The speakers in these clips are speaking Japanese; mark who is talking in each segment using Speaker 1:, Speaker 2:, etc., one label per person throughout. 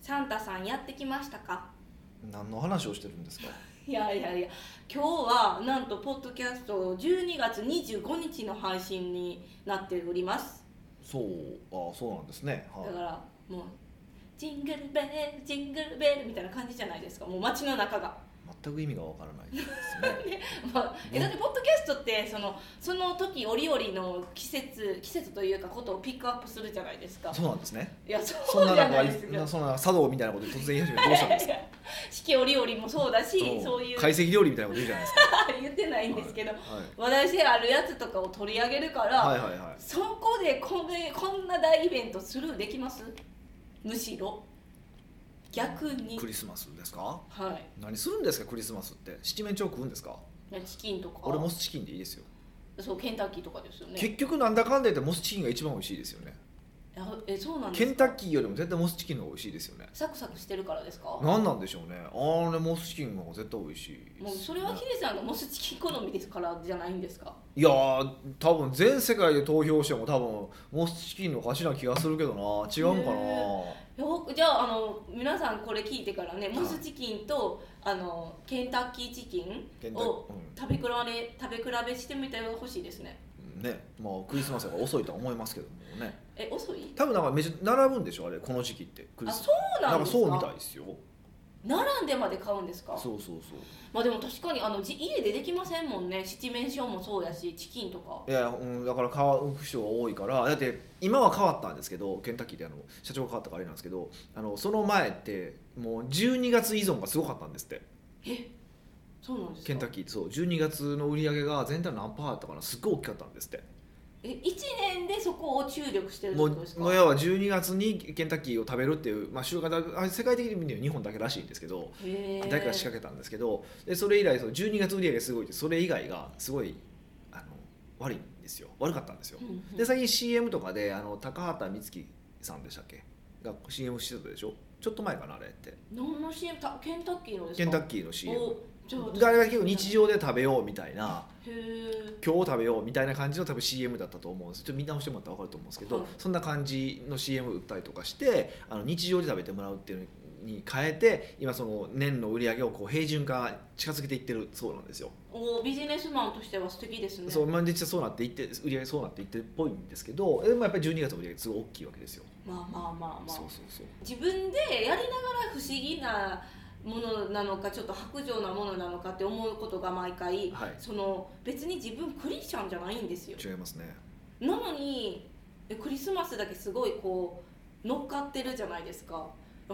Speaker 1: サンタさんやってきましたか
Speaker 2: 何の話をしてるんですか
Speaker 1: いやいやいや今日はなんとポッドキャスト12月25日の配信になっております
Speaker 2: そうあそうなんですね
Speaker 1: だ
Speaker 2: は
Speaker 1: か
Speaker 2: い
Speaker 1: らもうジングルベルジングルベルみたいな感じじゃないですかもう街の中が、
Speaker 2: 全く意味がわからな いですね
Speaker 1: まあえだってポッドキャストってそのその時折々の季節季節というかことをピックアップするじゃないですか
Speaker 2: そうなんですね
Speaker 1: いやそ
Speaker 2: そん
Speaker 1: うじ
Speaker 2: な
Speaker 1: ゃ
Speaker 2: なん
Speaker 1: な
Speaker 2: か
Speaker 1: いですか
Speaker 2: そんな茶道みたいなこと突然言い始めてどうしたんですか
Speaker 1: 四季折々もそうだし
Speaker 2: そう
Speaker 1: そういう
Speaker 2: 懐石料理みたいなこと言うじゃないですか
Speaker 1: 言ってないんですけど、
Speaker 2: はい
Speaker 1: 話題性あるやつとかを取り上げるから、
Speaker 2: はいはいはい
Speaker 1: そこでこれこんな大イベントスルーできますむしろ逆に
Speaker 2: クリスマスですか
Speaker 1: は
Speaker 2: 何するんですかクリスマスって七面鳥食うんですか
Speaker 1: いチキンとか
Speaker 2: 俺モスチキンでいいですよ、
Speaker 1: そうケンタッキーとかですよね
Speaker 2: 結局なんだかんだ言ってモスチキンが一番美味しいですよね
Speaker 1: あえそうなんです
Speaker 2: ケ
Speaker 1: か
Speaker 2: ンタッキーよりも絶対モスチキンの方が美味しいですよね
Speaker 1: サクサクしてるからですかも
Speaker 2: 何なんでしょうねあれモスチキンの方が絶対美味しいですね、
Speaker 1: うそれはヒデさんのモスチキン好みですからじゃないんですか
Speaker 2: いやー多分全世界で投票しても多分モスチキンの勝ちな気がするけどな違うんかな、
Speaker 1: へよくじゃああの皆さんこれ聞いてからねモスチキンとあのケンタッキーチキン
Speaker 2: ケンタッ
Speaker 1: を食べ比べ食べ比べしてみてほしいですね
Speaker 2: うんねまあクリスマスが遅いとは思いますけどもね
Speaker 1: え遅い
Speaker 2: 多分なんかめっちゃ並ぶんでしょあれこの時期ってクリ
Speaker 1: あ
Speaker 2: ス
Speaker 1: そ
Speaker 2: マ
Speaker 1: う
Speaker 2: ス
Speaker 1: なんで
Speaker 2: か
Speaker 1: すか
Speaker 2: そうみたいですよ
Speaker 1: 並んでまで買うんですか
Speaker 2: そうそうそう
Speaker 1: まあでも確かにあのじ家でできませんもんね七面鳥もそうやしチキンとか
Speaker 2: いや、うん、だから変わる人が多いからだって今は変わったんですけどケンタッキーであの社長が変わったからあれなんですけどあのその前ってもう12月依存がすごかったんですって
Speaker 1: そうなんですか
Speaker 2: ケンタッキーってそう12月の売り上げが全体の何パーだったかなすっごい大きかったんですって
Speaker 1: え1年でそこを注力してるって
Speaker 2: も
Speaker 1: こ
Speaker 2: う
Speaker 1: とですか
Speaker 2: もう要は12月にケンタッキーを食べるっていう、まあ、習慣だあれ世界的に見ると日本だけらしいんですけど
Speaker 1: へー
Speaker 2: 誰かが仕掛けたんですけどでそれ以来その12月売り上げすごいってそれ以外がすごいあの悪いんですよ悪かったんですよ
Speaker 1: うんうん
Speaker 2: で最近 CM とかであの高畑充希さんでしたっけが CM してたでしょちょっと前かなあれって
Speaker 1: 何の CM たケンタッキーのですか
Speaker 2: ケンタッキーの CM
Speaker 1: おじゃあ
Speaker 2: が結構日常で食べようみたいな
Speaker 1: へえ
Speaker 2: 今日食べようみたいな感じの多分 CM だったと思うんですちょっと見直してもらったら分かると思うんですけど、
Speaker 1: はい
Speaker 2: そんな感じの CM を打ったりとかしてあの日常で食べてもらうっていうのに変えて今その年の売り上げをこう平準化近づけていってるそうなんですよ、
Speaker 1: おビジネスマンとしては素敵ですね
Speaker 2: そうまあ実際そうなっていって売り上げそうなっていってるっぽいんですけどでもやっぱり12月の売り上げすごい大きいわけですよ、
Speaker 1: まあまあまあまあ
Speaker 2: そうそうそう
Speaker 1: 自分でやりながら不思議なものなのかちょっと白状なものなのかって思うことが毎回、
Speaker 2: はい
Speaker 1: その別に自分クリスチャンじゃないんですよ
Speaker 2: 違いますね
Speaker 1: なのにえクリスマスだけすごいこう乗っかってるじゃないですか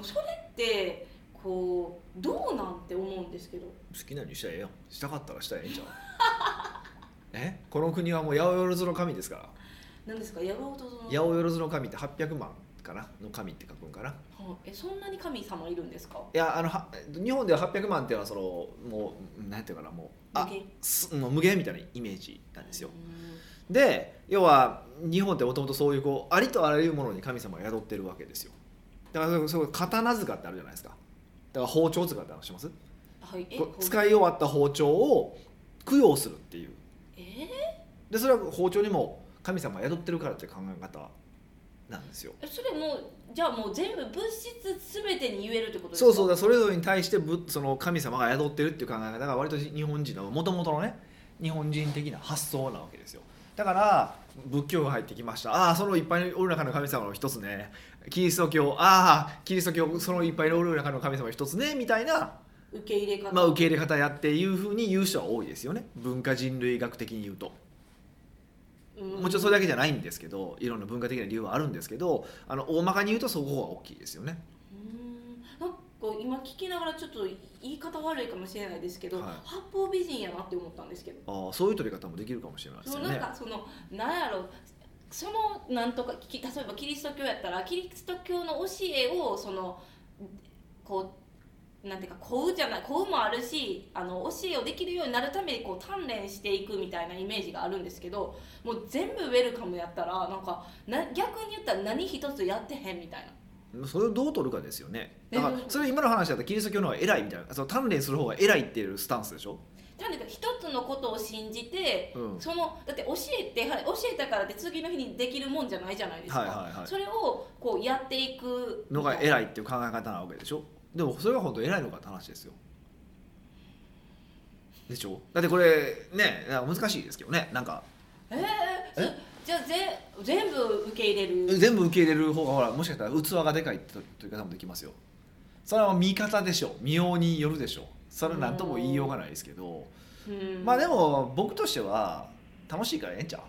Speaker 1: それってこうどうなんて思うんですけど
Speaker 2: 好きなようにしたらええやんしたかったらしたらええ んちゃうえこの国はもう八百万の神ですから
Speaker 1: 何ですかやろうとその
Speaker 2: 八百万の神って800万かなの神って書くんかな
Speaker 1: はいえそんなに神様いるんですか
Speaker 2: いやあのは日本では800万っていうのはそのもうなんていうかなもうあ
Speaker 1: 無限
Speaker 2: すもう無限みたいなイメージなんですよ
Speaker 1: うん
Speaker 2: で要は日本ってもともとそういうこうありとあらゆるものに神様が宿ってるわけですよだからそうそう刀塚ってあるじゃないですかだから包丁塚って話します
Speaker 1: はいえ
Speaker 2: こう使
Speaker 1: い
Speaker 2: い終わった包丁を供養するっていう
Speaker 1: え
Speaker 2: でそれは包丁にも神様が宿ってるからっていう考え方なんですよ
Speaker 1: ーそれもうじゃあもう全部物質全てに言えるってことです
Speaker 2: そ
Speaker 1: か
Speaker 2: うそうだそれぞれに対してぶその神様が宿ってるっていう考え方が割と日本人のもともとのね日本人的な発想なわけですよだから仏教が入ってきましたああそのいっぱいのおる中の神様の一つねキリスト教ああキリスト教そのいっぱいのおる中の神様の一つねみたいな、
Speaker 1: 受け入れ方、
Speaker 2: まあ、受け入れ方やっていうふうに言う人は多いですよね文化人類学的に言うと。
Speaker 1: うん
Speaker 2: もちろんそれだけじゃないんですけどいろんな文化的な理由はあるんですけどあの大まかに言うとそこが大きいですよね。
Speaker 1: うんなんか今聞きながらちょっと言い方悪いかもしれないですけど、
Speaker 2: はい
Speaker 1: 八方美人やなって思ったんですけど、
Speaker 2: ああそういう取り方もできるかもしれないです
Speaker 1: そ
Speaker 2: よ
Speaker 1: のなん
Speaker 2: ね。
Speaker 1: かそのなんやろそのなんとかき例えばキリスト教やったらキリスト教の教えをそのこうなんていうかこうじゃないこうもあるしあの教えをできるようになるためにこう鍛錬していくみたいなイメージがあるんですけどもう全部ウェルカムやったらなんかな逆に言ったら何一つやってへんみたいな。
Speaker 2: それをどう取るかですよねだから
Speaker 1: え
Speaker 2: それ今の話だとキリスト教の方が偉いみたいなその鍛錬する方が偉いっていうスタンスでしょ
Speaker 1: 単に一つのことを信じて
Speaker 2: うん
Speaker 1: そのだって教えてはい教えたからって次の日にできるもんじゃないじゃないですか、
Speaker 2: はいはいはい
Speaker 1: それをこうやっていく
Speaker 2: のが偉いっていう考え方なわけでしょでもそれが本当偉いのかって話ですよでしょだってこれねなんか難しいですけどねなんか
Speaker 1: えー、えじゃあぜ全部受け入れる
Speaker 2: 全部受け入れる方がほらもしかしたら器がでかいってという方もできますよそれは見方でしょ見ようによるでしょそれは何とも言いようがないですけど
Speaker 1: うん
Speaker 2: まあでも僕としては楽しいからええんちゃうっ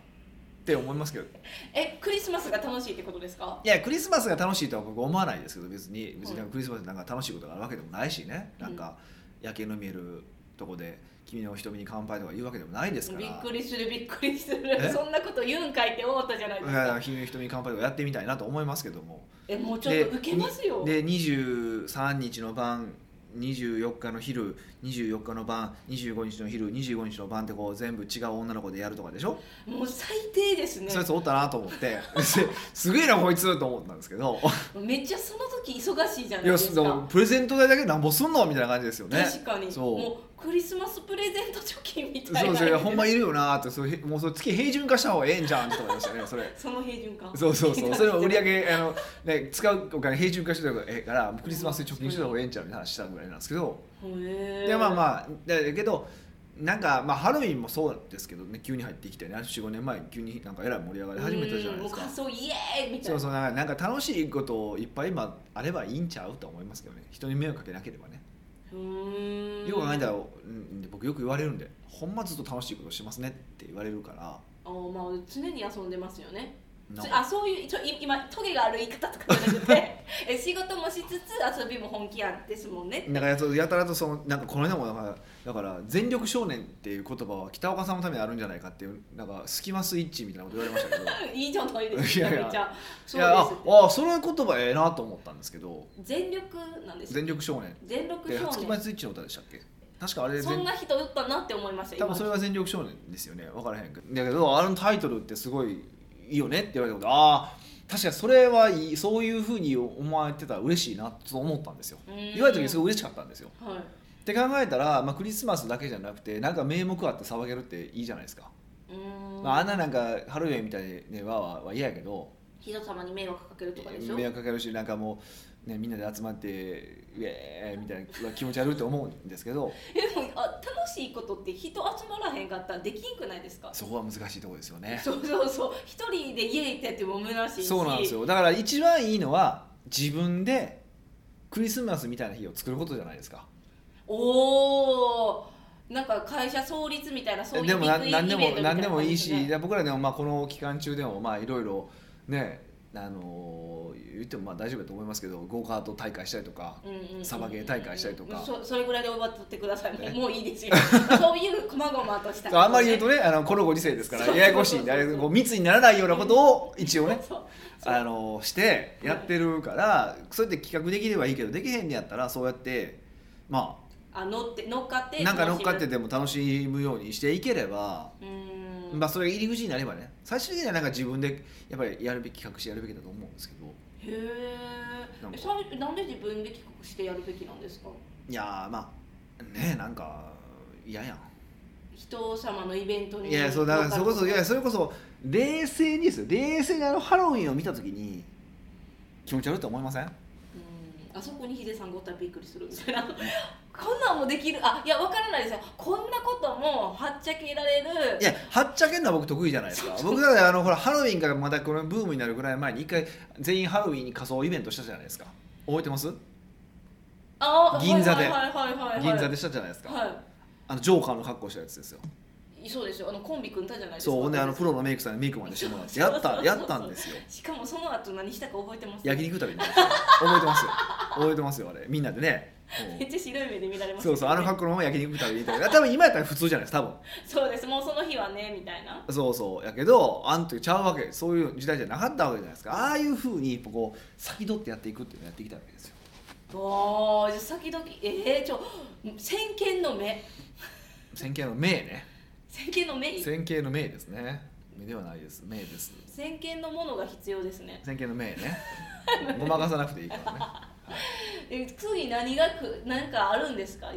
Speaker 2: て思いますけど
Speaker 1: えクリスマスが楽しいってことですか
Speaker 2: いやクリスマスが楽しいとは僕思わないですけど別に別になんかクリスマスなんか楽しいことがあるわけでもないしね、
Speaker 1: うん
Speaker 2: なんか夜景の見えるとこで「君の瞳に乾杯」とか言うわけでもないですから
Speaker 1: びっくりするびっくりする
Speaker 2: え
Speaker 1: そんなこと言うんかいって思ったじゃないです
Speaker 2: いやい
Speaker 1: か
Speaker 2: や君の瞳に乾杯」とかやってみたいなと思いますけども
Speaker 1: えもうちょっと受けますよ
Speaker 2: で23日の晩24日の昼24日の晩25日の昼25日の晩ってこう全部違う女の子でやるとかでしょ、
Speaker 1: もう最低ですね
Speaker 2: そういうやつおったなと思って すすげえなこいつと思ったんですけど
Speaker 1: めっちゃその時忙しいじゃない
Speaker 2: いや
Speaker 1: です
Speaker 2: そ
Speaker 1: か
Speaker 2: のプレゼント代だけなんぼすんのみたいな感じですよね
Speaker 1: 確かに
Speaker 2: そう
Speaker 1: もうクリスマスプレゼント貯金みたい
Speaker 2: そ
Speaker 1: な
Speaker 2: うそういやほんまいるよなーってそうへもうそれ月平準化した方がええんじゃんって思いましたねそれ
Speaker 1: その平準化
Speaker 2: そうそうそうそれを売り上げあの、ね、使うお金平準化してた方がええからクリスマスに貯金してた方がええんちゃうみたいな話したぐらいなんですけど
Speaker 1: へえ
Speaker 2: でまあまあだけどなんかまあハロウィンもそうですけどね急に入ってきてね45年前に急になんかえらい盛り上がり始めたじゃないですか
Speaker 1: うんもう仮装イエーイみたい
Speaker 2: そう
Speaker 1: な
Speaker 2: そうなんかなんか楽しいことをいっぱい今あればいいんちゃうと思いますけどね人に迷惑かけなければね
Speaker 1: うーん
Speaker 2: よく考えたら、うん、僕よく言われるんでほんまずっと楽しいことしてますねって言われるから
Speaker 1: あまあ常に遊んでますよね
Speaker 2: なんか
Speaker 1: あそういうちょい今トゲがある言い方とかじゃなくて え仕事もしつつ遊びも本気やですもんね
Speaker 2: なんかやつやたらとそのなんかこの間もだからだから全力少年っていう言葉は北岡さんのためにあるんじゃないかっていうなんかスキマスイッチみたいなこと言われましたけど
Speaker 1: いいじゃないですか
Speaker 2: いやい
Speaker 1: め
Speaker 2: や
Speaker 1: っちゃそ
Speaker 2: いや
Speaker 1: うです
Speaker 2: ああその言葉ええなと思ったんですけど
Speaker 1: 全力なんです
Speaker 2: 全力少年
Speaker 1: 全力
Speaker 2: でス
Speaker 1: 少
Speaker 2: キマ
Speaker 1: 年
Speaker 2: スイッチの歌でしたっけ確かあれ
Speaker 1: そん
Speaker 2: 全
Speaker 1: な人打ったなって思いました
Speaker 2: 多分それが全力少年ですよね分からへんけどだけどあのタイトルってすごいいいよねって言われたことああ確かにそれはいいそういうふうに思われてたら嬉しいなと思ったんですよ言われた時にす
Speaker 1: ご
Speaker 2: ごい嬉しかったんですよ
Speaker 1: はい
Speaker 2: って考えたら、まあ、クリスマスだけじゃなくてなんか名目あって騒げるっていいじゃないですか、
Speaker 1: うーん
Speaker 2: まあ、あんななんかハロウィンみたいにははは嫌やけど
Speaker 1: 人様に迷惑かけるとかでしょ
Speaker 2: 迷惑かけるしなんかもう、ね、みんなで集まって「ウェーイ!」みたいな気持ち悪いと思うんですけど
Speaker 1: えでもあ楽しいことって人集まらへんかったらできんくないですか
Speaker 2: そこは難しいところですよね
Speaker 1: そうそうそう一人で家で行ってやっても虚しいし
Speaker 2: そうなんですよだから一番いいのは自分でクリスマスみたいな日を作ることじゃないですか
Speaker 1: おおなんか会社創立みたいなそういう
Speaker 2: でもな
Speaker 1: ビッグイ
Speaker 2: 何
Speaker 1: ベ
Speaker 2: で
Speaker 1: ン
Speaker 2: も
Speaker 1: トみた
Speaker 2: 何で
Speaker 1: な
Speaker 2: も
Speaker 1: 感じ
Speaker 2: いい
Speaker 1: で
Speaker 2: し
Speaker 1: す、ね
Speaker 2: で僕らでもまあこの期間中でもまあいろいろねあのー言ってもまあ大丈夫だと思いますけどゴーカート大会したりとか、
Speaker 1: うんうんうん
Speaker 2: サバゲー大会したりとか
Speaker 1: そそれぐらいで終わっとってくださいもう
Speaker 2: ね
Speaker 1: もういいですよ そういう細々としたことね、
Speaker 2: あんまり言うとねあのこのご時世ですから
Speaker 1: そう
Speaker 2: ややこしいんであれこう密にならないようなことを一応ね
Speaker 1: そうそう
Speaker 2: あのしてやってるからそうやって企画できればいいけどできへんねやったらそうやってま
Speaker 1: あ乗って乗っかって
Speaker 2: あなんか乗っかって
Speaker 1: 楽し
Speaker 2: でも楽しむようにしていければ。
Speaker 1: むうーん、
Speaker 2: まあそれが入り口になればね最終的にはなんか自分でやっぱりやるべき企画してやるべきだと思うんですけど
Speaker 1: へえ
Speaker 2: なんか
Speaker 1: えなんで自分で帰国してやるべきなんですか
Speaker 2: いやーまあねえなんか嫌や
Speaker 1: 人様のイベント
Speaker 2: ん
Speaker 1: に
Speaker 2: いやそうだからそれこそいや
Speaker 1: や
Speaker 2: それこそ冷静にですよ冷静にあのハロウィンを見た時に気持ち悪いと思いません
Speaker 1: あそこにヒデさんがおったらびっくりするみたいなこんなんもできるあいやわからないですよこんなこともはっちゃけられる
Speaker 2: いやはっちゃけんのは僕得意じゃないですか僕だからあのほらハロウィンがまたこのブームになるぐらい前に一回全員ハロウィンに仮装イベントしたじゃないですか覚えてます
Speaker 1: あ
Speaker 2: 銀座で
Speaker 1: はいはいはいはいはい、
Speaker 2: 銀座でしたじゃないですか、
Speaker 1: は
Speaker 2: あのジョーカーの格好したやつですよ
Speaker 1: いそうですよあのコンビ組んだじゃないですか
Speaker 2: そうほんであのプロのメイクさんにメイクまでしてもらってやったやったんですよ
Speaker 1: しかもその後何したか覚えてます
Speaker 2: 焼肉食べに行きました覚えてますよ覚えてますよあれみんなでねうん
Speaker 1: めっちゃ白い目で見られました
Speaker 2: そうそうあの格好のまま焼肉食べに行ったけど多分今やったら普通じゃないですか多分
Speaker 1: そうですもうその日はねみたいな
Speaker 2: そうそうやけどあん時ちゃうわけそういう時代じゃなかったわけじゃないですかああいうふうにこう先取ってやっていくっていうのをやっていきたいわけですよ
Speaker 1: おーじゃあ先々えー、ちょ先見の目
Speaker 2: 先見の明ね
Speaker 1: 先見の目に
Speaker 2: 先見の明ですね目ではないです明です
Speaker 1: 先見のものが必要ですね
Speaker 2: 先見の明ねごまかさなくていいからね
Speaker 1: え次何がく何かあるんですか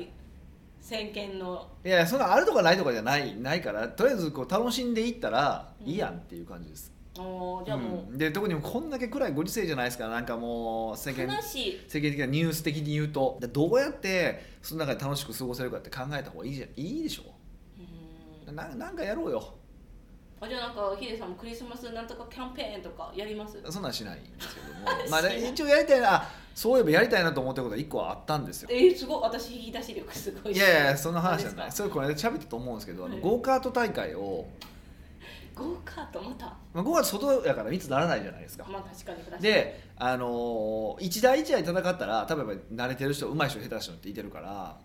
Speaker 1: 先見の
Speaker 2: いやそんなあるとかないとかじゃないないからとりあえずこう楽しんでいったらいいやんっていう感じです、
Speaker 1: おーじゃあも
Speaker 2: うんで特にこんだけ暗いご時世じゃないですかなんかもう世
Speaker 1: う
Speaker 2: 間
Speaker 1: 悲しい
Speaker 2: 世間的なニュース的に言うとでどうやってその中で楽しく過ごせるかって考えた方がいいじゃいいでしょ
Speaker 1: うん
Speaker 2: ななんかやろうよ
Speaker 1: あじゃあなんかヒデさんもクリスマスなんとかキャンペーンとかやります
Speaker 2: そんなんしないんですけど もまあ、ね、一応やりたいなあそういえばやりたいなと思ったことが一個あったんですよ
Speaker 1: えー、すごい私引き出し力すごい
Speaker 2: いやいやそんな話じゃない
Speaker 1: そう
Speaker 2: それこれ喋ったと思うんですけどあの
Speaker 1: はい
Speaker 2: ゴーカート大会を、
Speaker 1: ですかゴーカートまた
Speaker 2: まあ、ゴーカート外やから密にならないじゃないですか
Speaker 1: まあ確かに確かに
Speaker 2: で、あのー、一台一台戦ったら多分やっぱ慣れてる人上手い人下手な人っていてるから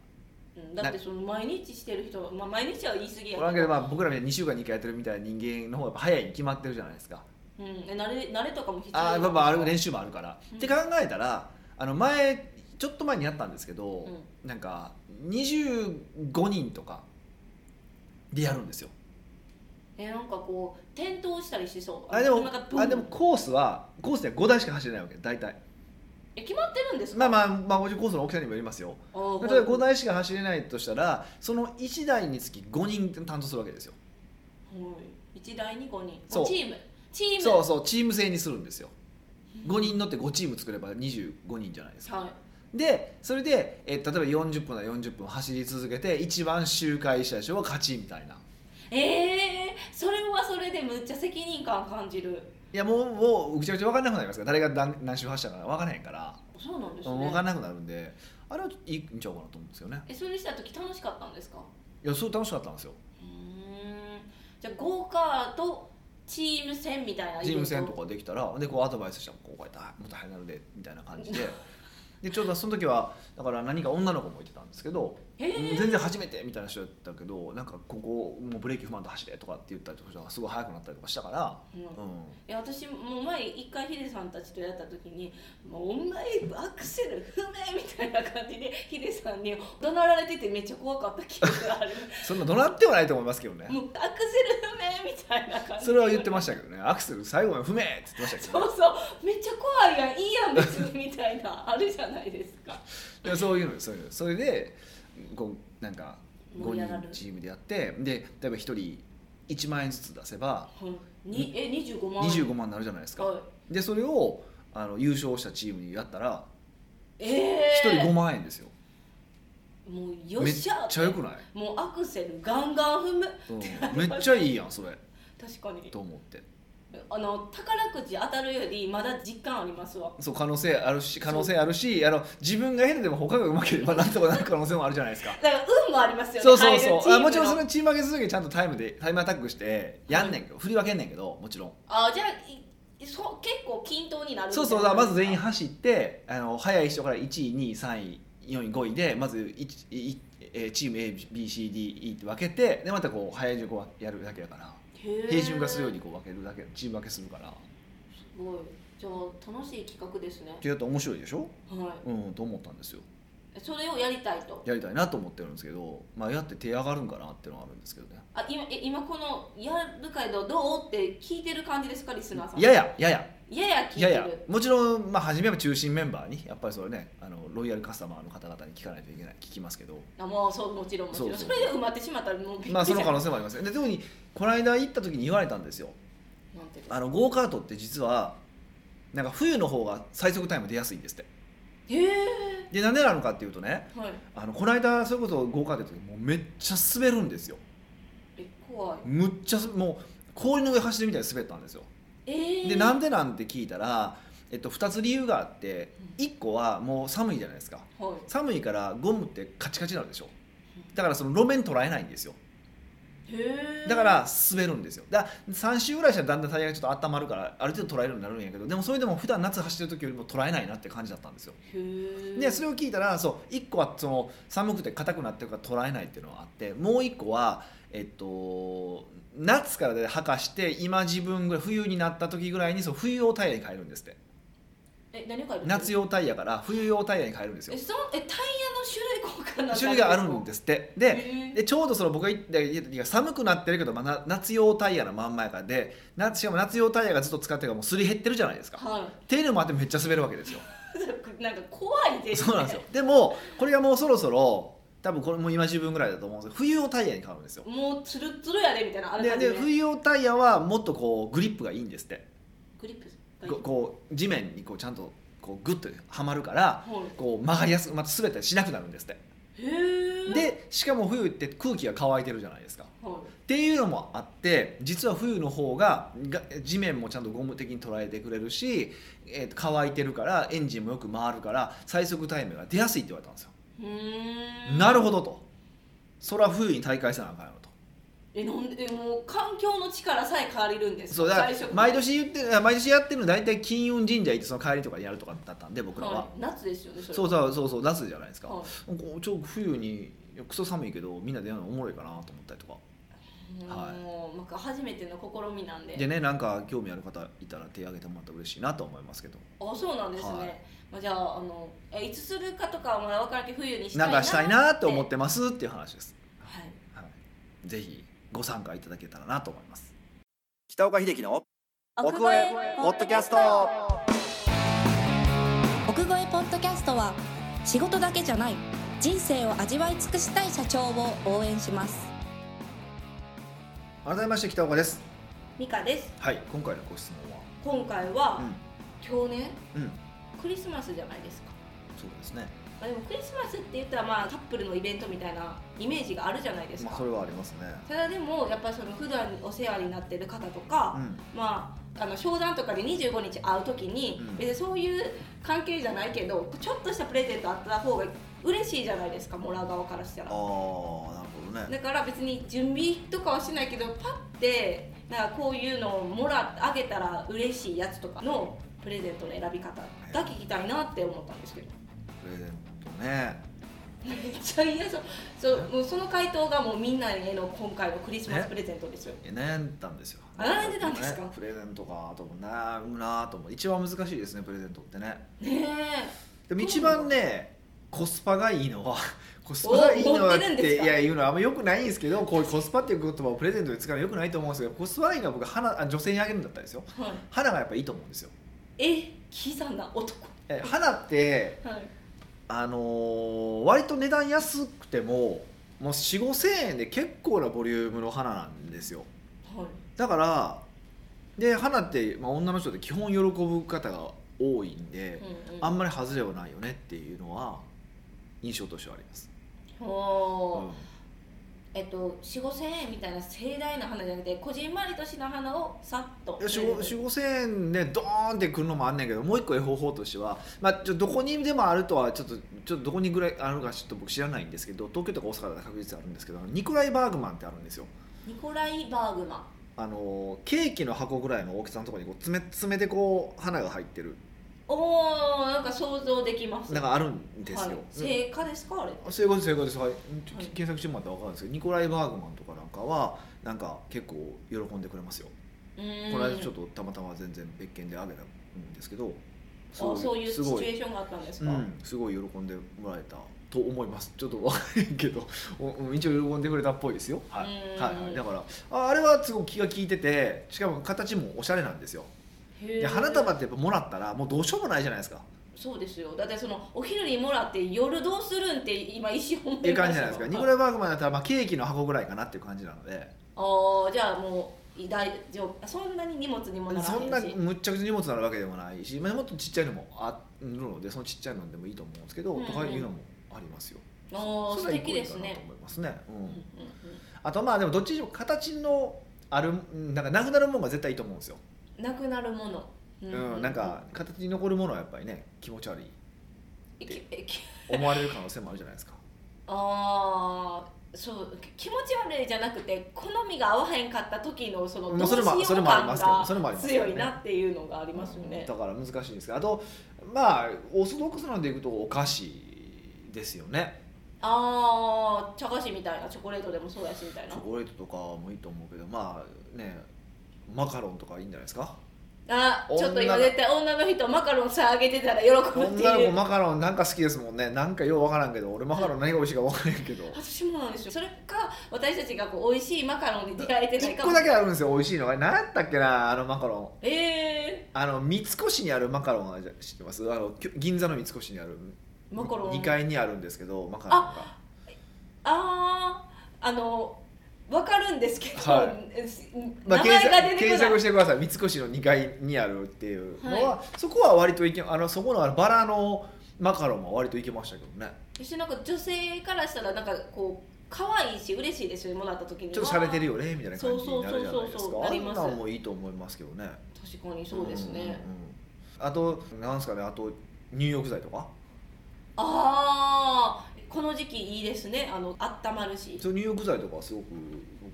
Speaker 1: うん、だってその毎日してる人は、まあ、毎日は言い過ぎや
Speaker 2: これだけ
Speaker 1: ど
Speaker 2: でまあ僕らみたいに2週間に1回やってるみたいな人間の方がやっぱ早いに決まってるじゃないですか
Speaker 1: うん、え慣れ慣れとかも必要
Speaker 2: あーまあまあある練
Speaker 1: 習、
Speaker 2: 習もあるから、
Speaker 1: うん
Speaker 2: って考えたらあの前ちょっと前にやったんですけど、なんか25人とかでやるんですよ
Speaker 1: えなんかこう転倒したりしそう
Speaker 2: あでも
Speaker 1: なんかブン
Speaker 2: あでもコースはコースでは5台しか走れないわけ大体
Speaker 1: え決まってるんですか
Speaker 2: まあまあまあもちろんコースの大きさにもよりますよ
Speaker 1: あー
Speaker 2: 例えば5
Speaker 1: はい
Speaker 2: 台しか走れないとしたらその1台につき5人担当するわけですよ
Speaker 1: 1台に5人
Speaker 2: そう
Speaker 1: チームチーム
Speaker 2: そうそうチーム制にするんですよ5人乗って5チーム作れば25人じゃないですか
Speaker 1: はい
Speaker 2: でそれで、えー例えば40分なら40分走り続けて一番周回した人は勝ちみたいな
Speaker 1: ええそれはそれでむっちゃ責任感感じる
Speaker 2: いやもうもうぐちゃぐちゃ分かんなくなりますから誰が何何周走ったか分からへんから、
Speaker 1: そうなんです
Speaker 2: 分
Speaker 1: ね
Speaker 2: かんなくなるんであれはいいんちゃうかなと思うんですよね
Speaker 1: えそれした時楽しかったんですか
Speaker 2: いやすごい楽しかったんですよ
Speaker 1: うーんじゃあゴーカートチーム戦みたいなイベント
Speaker 2: チーム戦とかできたらでこうアドバイスしたらこうこうやってもっと早くなるでみたいな感 じででちょうどその時はだから何か女の子もいてたんですけど、
Speaker 1: えー
Speaker 2: 全然初めてみたいな人だったけどなんかここもうブレーキ踏まんと走れとかって言ったりとかすごい速くなったりとかしたから、
Speaker 1: うん
Speaker 2: うん、
Speaker 1: いや私もう前一回ヒデさんたちとやった時に「もうお前アクセル不明」みたいな感じでヒデさんに怒鳴られててめっちゃ怖かった記憶 がある
Speaker 2: そんな怒鳴ってはないと思いますけどね
Speaker 1: もうアクセル不明みたいな感じ
Speaker 2: それは言って
Speaker 1: ま
Speaker 2: ましたけどねアクセル最後まで不明って言ってましたけど、
Speaker 1: そ
Speaker 2: ね、
Speaker 1: うそうめっちゃ怖いやんいいやん別にみたいなあるじゃないですか
Speaker 2: いやそういうのそういうのそれでこうなんか
Speaker 1: 盛り上が
Speaker 2: 5
Speaker 1: る
Speaker 2: 人チームでやってで例えば1人1万円ずつ出せば
Speaker 1: うんにえ25万
Speaker 2: 25万になるじゃないですか、
Speaker 1: はい
Speaker 2: でそれをあの優勝したチームにやったら
Speaker 1: え
Speaker 2: 1
Speaker 1: え
Speaker 2: 人5万円ですよ、
Speaker 1: もうよっ
Speaker 2: めっ
Speaker 1: し
Speaker 2: ち
Speaker 1: ゃ
Speaker 2: ゃよくない、
Speaker 1: もうアクセルガンガン踏む
Speaker 2: うん、めっちゃいいやんそれ
Speaker 1: 確かに
Speaker 2: と思って
Speaker 1: あの宝くじ当たるよりまだ実感ありますわ
Speaker 2: そう可能性あるし可能性あるしあの自分が下手でも他がうまければ なんとかなる可能性もあるじゃないですか
Speaker 1: だから運もありますよね
Speaker 2: そうそ
Speaker 1: 入
Speaker 2: うそ
Speaker 1: るチーム
Speaker 2: うあ
Speaker 1: の
Speaker 2: もちろんそのチーム上げする時にちゃんとタイムでタイムアタックしてやんねんけど、振り分けんねんけどもちろん
Speaker 1: あじゃあいそう結構均等になる
Speaker 2: そうそうだからまず全員
Speaker 1: は
Speaker 2: 走ってあの早い人から1位2位3位4位5位でまずいいえーチーム ABCDE って分けてでまたこう早い順をやるだけだから平準化するようにこう分けるだけチーム分けするから
Speaker 1: すごいじゃあ楽しい企画ですね
Speaker 2: ってやったら面白いでしょ
Speaker 1: は
Speaker 2: うんと思ったんですよ
Speaker 1: いそれをやりたいと
Speaker 2: やりたいなと思ってるんですけど、まあ、やって手上がるんかなっていうのはあるんですけどね
Speaker 1: あ今え今この「やるかどどう?」って聞いてる感じですかリスナーさん
Speaker 2: やややや
Speaker 1: やや聞い
Speaker 2: い
Speaker 1: て
Speaker 2: や
Speaker 1: る
Speaker 2: いやもちろん、まあ、初めは中心メンバーにやっぱりそれねあのロイヤルカスタマーの方々に聞かないといけない聞きますけど、
Speaker 1: あもうそうもちろんもちろんそ
Speaker 2: そうそう
Speaker 1: れで埋まってしまったらもうびっくり
Speaker 2: まあ、その可
Speaker 1: なん
Speaker 2: 能性もありますで特にこの間行った時に言われたんですよ
Speaker 1: ていう
Speaker 2: あのゴーカートって実はなんか冬の方が最速タイム出やすいんですって
Speaker 1: へえ
Speaker 2: でなんでなのかっていうとね
Speaker 1: はい
Speaker 2: あのこの間それこそゴーカートやった時もうめっちゃ滑るんですよ
Speaker 1: え怖い
Speaker 2: むっちゃすもう氷の上走るみたいに滑ったんですよ
Speaker 1: ええ
Speaker 2: でなんでなんて聞いたら、えっと、2つ理由があって1個はもう寒いじゃないですか
Speaker 1: はい
Speaker 2: 寒いからゴムってカチカチになるでしょだからその路面捉えないんですよ
Speaker 1: へえ
Speaker 2: だから滑るんですよだ3周ぐらいしたらだんだんタイヤがちょっと温まるからある程度捉えるようになるんやけどでもそれでも普段夏走ってる時よりも捉えないなって感じだったんですよ
Speaker 1: へえ
Speaker 2: でそれを聞いたらそう1個はその寒くて硬くなってるから捉えないっていうのがあってもう1個はえっと夏からで吐かして今自分ぐらい冬になった時ぐらいにそう冬用タイヤに変えるんですって
Speaker 1: え何を書いてる
Speaker 2: 夏用タイヤから冬用タイヤに変えるんですよ
Speaker 1: えそのえタイヤの種類交換なんて
Speaker 2: 種類があるん
Speaker 1: で
Speaker 2: ですって
Speaker 1: すか
Speaker 2: で
Speaker 1: へえ
Speaker 2: でちょうどその僕が行った時が寒くなってるけど、まあな、夏用タイヤのまんまやからでなしかも夏用タイヤがずっと使ってるからもうすり減ってるじゃないですか
Speaker 1: は
Speaker 2: っていうのもあってめっちゃ滑るわけですよ
Speaker 1: いなんか怖いですね
Speaker 2: そうなんですよでもこれがもうそろそろ多分これも今自分ぐらいだと思うんですけど冬用タイヤに変わるんですよ
Speaker 1: もうツルツルやでみたいなあれ
Speaker 2: で
Speaker 1: 感
Speaker 2: で
Speaker 1: じで
Speaker 2: 冬用タイヤはもっとこうグリップがいいんですって
Speaker 1: グリップがいい
Speaker 2: ここう地面にこうちゃんとこうグッとはまるから
Speaker 1: はい
Speaker 2: こう曲がりやすくまた滑ったりしなくなるんですって
Speaker 1: へー
Speaker 2: でしかも冬って空気が乾いてるじゃないですか
Speaker 1: はい
Speaker 2: っていうのもあって実は冬の方がが地面もちゃんとゴム的に捉えてくれるし、えーと乾いてるからエンジンもよく回るから最速タイムが出やすいって言われたんですよ、
Speaker 1: うーん
Speaker 2: なるほどとそれは冬に大会せなあかんよと
Speaker 1: えなんでえもう環境の力さえ変われるんです
Speaker 2: そうだから
Speaker 1: 最初から
Speaker 2: 毎年言って毎年やってるの大体金運神社行ってその帰りとかにやるとかだったんで僕らは、
Speaker 1: はい、夏ですよねそれ
Speaker 2: そうそうそうそう出すじゃないですか、
Speaker 1: は
Speaker 2: こうちょ冬にいやクソ寒いけどみんなでやるのおもろいかなと思ったりとか
Speaker 1: い
Speaker 2: はい
Speaker 1: もうなんか初めての試みなんで
Speaker 2: でねなんか興味ある方いたら手挙げてもらったら嬉しいなと思いますけど
Speaker 1: あそうなんですね、
Speaker 2: はい
Speaker 1: まあ、じゃああのえいつするかとかはまだ分からんけど冬にした
Speaker 2: ないん
Speaker 1: な、
Speaker 2: かしたいなって思っててますっていう話です、
Speaker 1: はい、
Speaker 2: はい、ぜひご参加いただけたらなと思います北岡秀樹の奥越えポッドキャスト
Speaker 3: 奥越えポッドキャストは仕事だけじゃない人生を味わい尽くしたい社長を応援します
Speaker 2: 改めまして北岡です
Speaker 1: ミカです
Speaker 2: はい今回のご質問は
Speaker 1: 今回は、
Speaker 2: うん
Speaker 1: 今日ね
Speaker 2: うん
Speaker 1: クリスマスじゃないですか、
Speaker 2: そうですね
Speaker 1: まあ、でもクリスマスって言ったらまあカップルのイベントみたいなイメージがあるじゃないですか、
Speaker 2: まあそれはありますね
Speaker 1: ただでもやっぱりその普段お世話になってる方とか、
Speaker 2: うん
Speaker 1: まああの商談とかで25日会う時に、
Speaker 2: うん
Speaker 1: 別にそういう関係じゃないけどちょっとしたプレゼントあった方が嬉しいじゃないですかもらう側からした
Speaker 2: ああ
Speaker 1: ら
Speaker 2: なるほどね
Speaker 1: だから別に準備とかはしないけどパッてなんかこういうのをもらあげたら嬉しいやつとかのプレゼントの選び方が聞きたいなって思ったんですけど
Speaker 2: プレゼントね
Speaker 1: めっちゃ嫌そうそうもうその回答がもうみんなへの今回のクリスマスプレゼントですよ
Speaker 2: いや悩んだんですよ
Speaker 1: あ悩んでたんですか
Speaker 2: ねプレゼントかと思う悩むなと思う一番難しいですねプレゼントってね
Speaker 1: ね
Speaker 2: でも一番ねコスパがいいのは コスパがいいのは
Speaker 1: お持ってるん
Speaker 2: っ
Speaker 1: です
Speaker 2: てい
Speaker 1: か
Speaker 2: や言うのはあんまよくないんですけどこうコスパっていう言葉をプレゼントで使うのよくないと思うんですけどコスパがいいのは僕花あ女性にあげるんだったらですよ
Speaker 1: え、はい、
Speaker 2: 花がやっぱいいと思うんですよ
Speaker 1: え刻んだ男
Speaker 2: え花って
Speaker 1: はい
Speaker 2: あのー割と値段安くてももう4 5千円で結構なボリュームの花なんですよ
Speaker 1: はい
Speaker 2: だからで花って、まあ、女の人って基本喜ぶ方が多いんで、
Speaker 1: うんうん
Speaker 2: あんまり外れはないよねっていうのは印象としてはあります、
Speaker 1: ほー
Speaker 2: うん
Speaker 1: えっと4 5千円みたいな盛大な花じゃなくてこじんまりとした花をさっと
Speaker 2: 4 5 0千円でドーンってくるのもあんねんけどもう一個方法としては、まあ、ちょどこにでもあるとはちょっとちょっとどこにぐらいあるかちょっと僕知らないんですけど東京とか大阪だと確実あるんですけどニコライ・バーグマンってあるんですよ
Speaker 1: ニコライ・バーグマ
Speaker 2: あのケーキの箱ぐらいの大きさのところにこう詰め詰めてこう花が入ってる
Speaker 1: ンおーなんか想像できます
Speaker 2: なんかあるんですよ、
Speaker 1: はい、
Speaker 2: うん
Speaker 1: 成果ですかあれ
Speaker 2: 正解です正解ですはい、ちょ
Speaker 1: はい
Speaker 2: 検索してもらったら分かるんですけどニコライ・バーグマンとかなんかはなんか結構喜んでくれますよ、
Speaker 1: うーん
Speaker 2: この間ちょっとたまたま全然別件であげたんですけど
Speaker 1: あそういうシ
Speaker 2: す
Speaker 1: チ
Speaker 2: ご
Speaker 1: ュエ
Speaker 2: い
Speaker 1: ーションがあったんです
Speaker 2: う
Speaker 1: か、
Speaker 2: ん、すごい喜んでもらえたと思います ちょっと分からへんけどおうん一応喜んでくれたっぽいですよはい、
Speaker 1: うん
Speaker 2: はいはい、だからああれはすごく気が利いててしかも形もおしゃれなんですよ
Speaker 1: へー
Speaker 2: で花束ってやっぱもらったらもうどうしようもないじゃないですか
Speaker 1: そうですよだってそのお昼にもらって夜どうするんって今一瞬思い
Speaker 2: っていう
Speaker 1: ま
Speaker 2: 感じ
Speaker 1: した
Speaker 2: じゃない
Speaker 1: もん
Speaker 2: ですかニコライ・バーグマンだったらまあケーキの箱ぐらいかなっていう感じなので
Speaker 1: ああじゃあもう大丈夫そんなに荷物にもなら
Speaker 2: そんな
Speaker 1: へんし
Speaker 2: むっちゃくちゃ荷物になるわけでもないし、まあ、もっとちっちゃいのもあるのでそのちっちゃいのでもいいと思うんですけど、
Speaker 1: うんうん
Speaker 2: とかいうのもありますよ。
Speaker 1: ああ
Speaker 2: そ
Speaker 1: 素
Speaker 2: れは
Speaker 1: 敵です
Speaker 2: いいかな
Speaker 1: ね
Speaker 2: と思いますね。う
Speaker 1: うんうん
Speaker 2: ん、
Speaker 1: うん
Speaker 2: あとまあでもどっちにしろ形のあるなんかなくなるものが絶対いいと思うんですよ。
Speaker 1: なくなるもの、う
Speaker 2: うん、なんか形に残るものはやっぱりね気持ち悪い
Speaker 1: えきえき
Speaker 2: 思われる可能性もあるじゃないですか。
Speaker 1: ああそうき気持ち悪いじゃなくて好みが合わへんかった時のその
Speaker 2: もうそれも
Speaker 1: どうしよう感が
Speaker 2: それもありますけどそれもありますけど
Speaker 1: 強
Speaker 2: ね
Speaker 1: いなっていうのがありますよね
Speaker 2: だから難しいんですけどあとまあオーソドックスなんでいくとお菓子ですよね。
Speaker 1: ああ茶菓子みたいなチョコレートでもそうやしみたい
Speaker 2: チ
Speaker 1: な
Speaker 2: ョコレートとかもいいと思うけどまあねマカロンとかいいんじゃないですか。
Speaker 1: あ
Speaker 2: 女
Speaker 1: ちょっと今絶対女の人マカロンさあげてたら喜ぶって
Speaker 2: 女の
Speaker 1: い
Speaker 2: 子
Speaker 1: う
Speaker 2: マカロンなんか好きですもんねなんかよう分からんけど俺マカロン何が美味しいか分からんけど
Speaker 1: 私もなんですよそれか私たちがこう美味しいマカロンに出会えてない
Speaker 2: 1
Speaker 1: かも
Speaker 2: 個だけあるんですよ美味しいのが何やったっけなあのマカロン
Speaker 1: え
Speaker 2: あの三越にあるマカロンは知ってますあのきょ銀座の三越にある
Speaker 1: ー、マカロン
Speaker 2: 2階にあるんですけどマカロンが
Speaker 1: あああのわかるんですけど、
Speaker 2: はま
Speaker 1: 名
Speaker 2: あ、検
Speaker 1: 前
Speaker 2: 索
Speaker 1: が出て
Speaker 2: 検
Speaker 1: こな
Speaker 2: 索
Speaker 1: い
Speaker 2: してください三越の2階にあるっていうのは、
Speaker 1: は
Speaker 2: そこは割といけあのそこのあのバラのマカロンも割といけましたけどね
Speaker 1: そしてなんか女性からしたらなんかこう可愛いし嬉しいですよねもらった時には
Speaker 2: ちょっと洒落てるよねみたいな感じ
Speaker 1: そ
Speaker 2: に
Speaker 1: うそ
Speaker 2: な
Speaker 1: うそうそう
Speaker 2: るじゃないですか
Speaker 1: な
Speaker 2: あ
Speaker 1: り
Speaker 2: ん
Speaker 1: ます
Speaker 2: なんもいいと思いますけどね
Speaker 1: 確かにそうですね、
Speaker 2: んんんあとなんですかねあと入浴剤とか
Speaker 1: ああこの時期いいですねあの温まるし
Speaker 2: そう入浴剤とかはすごく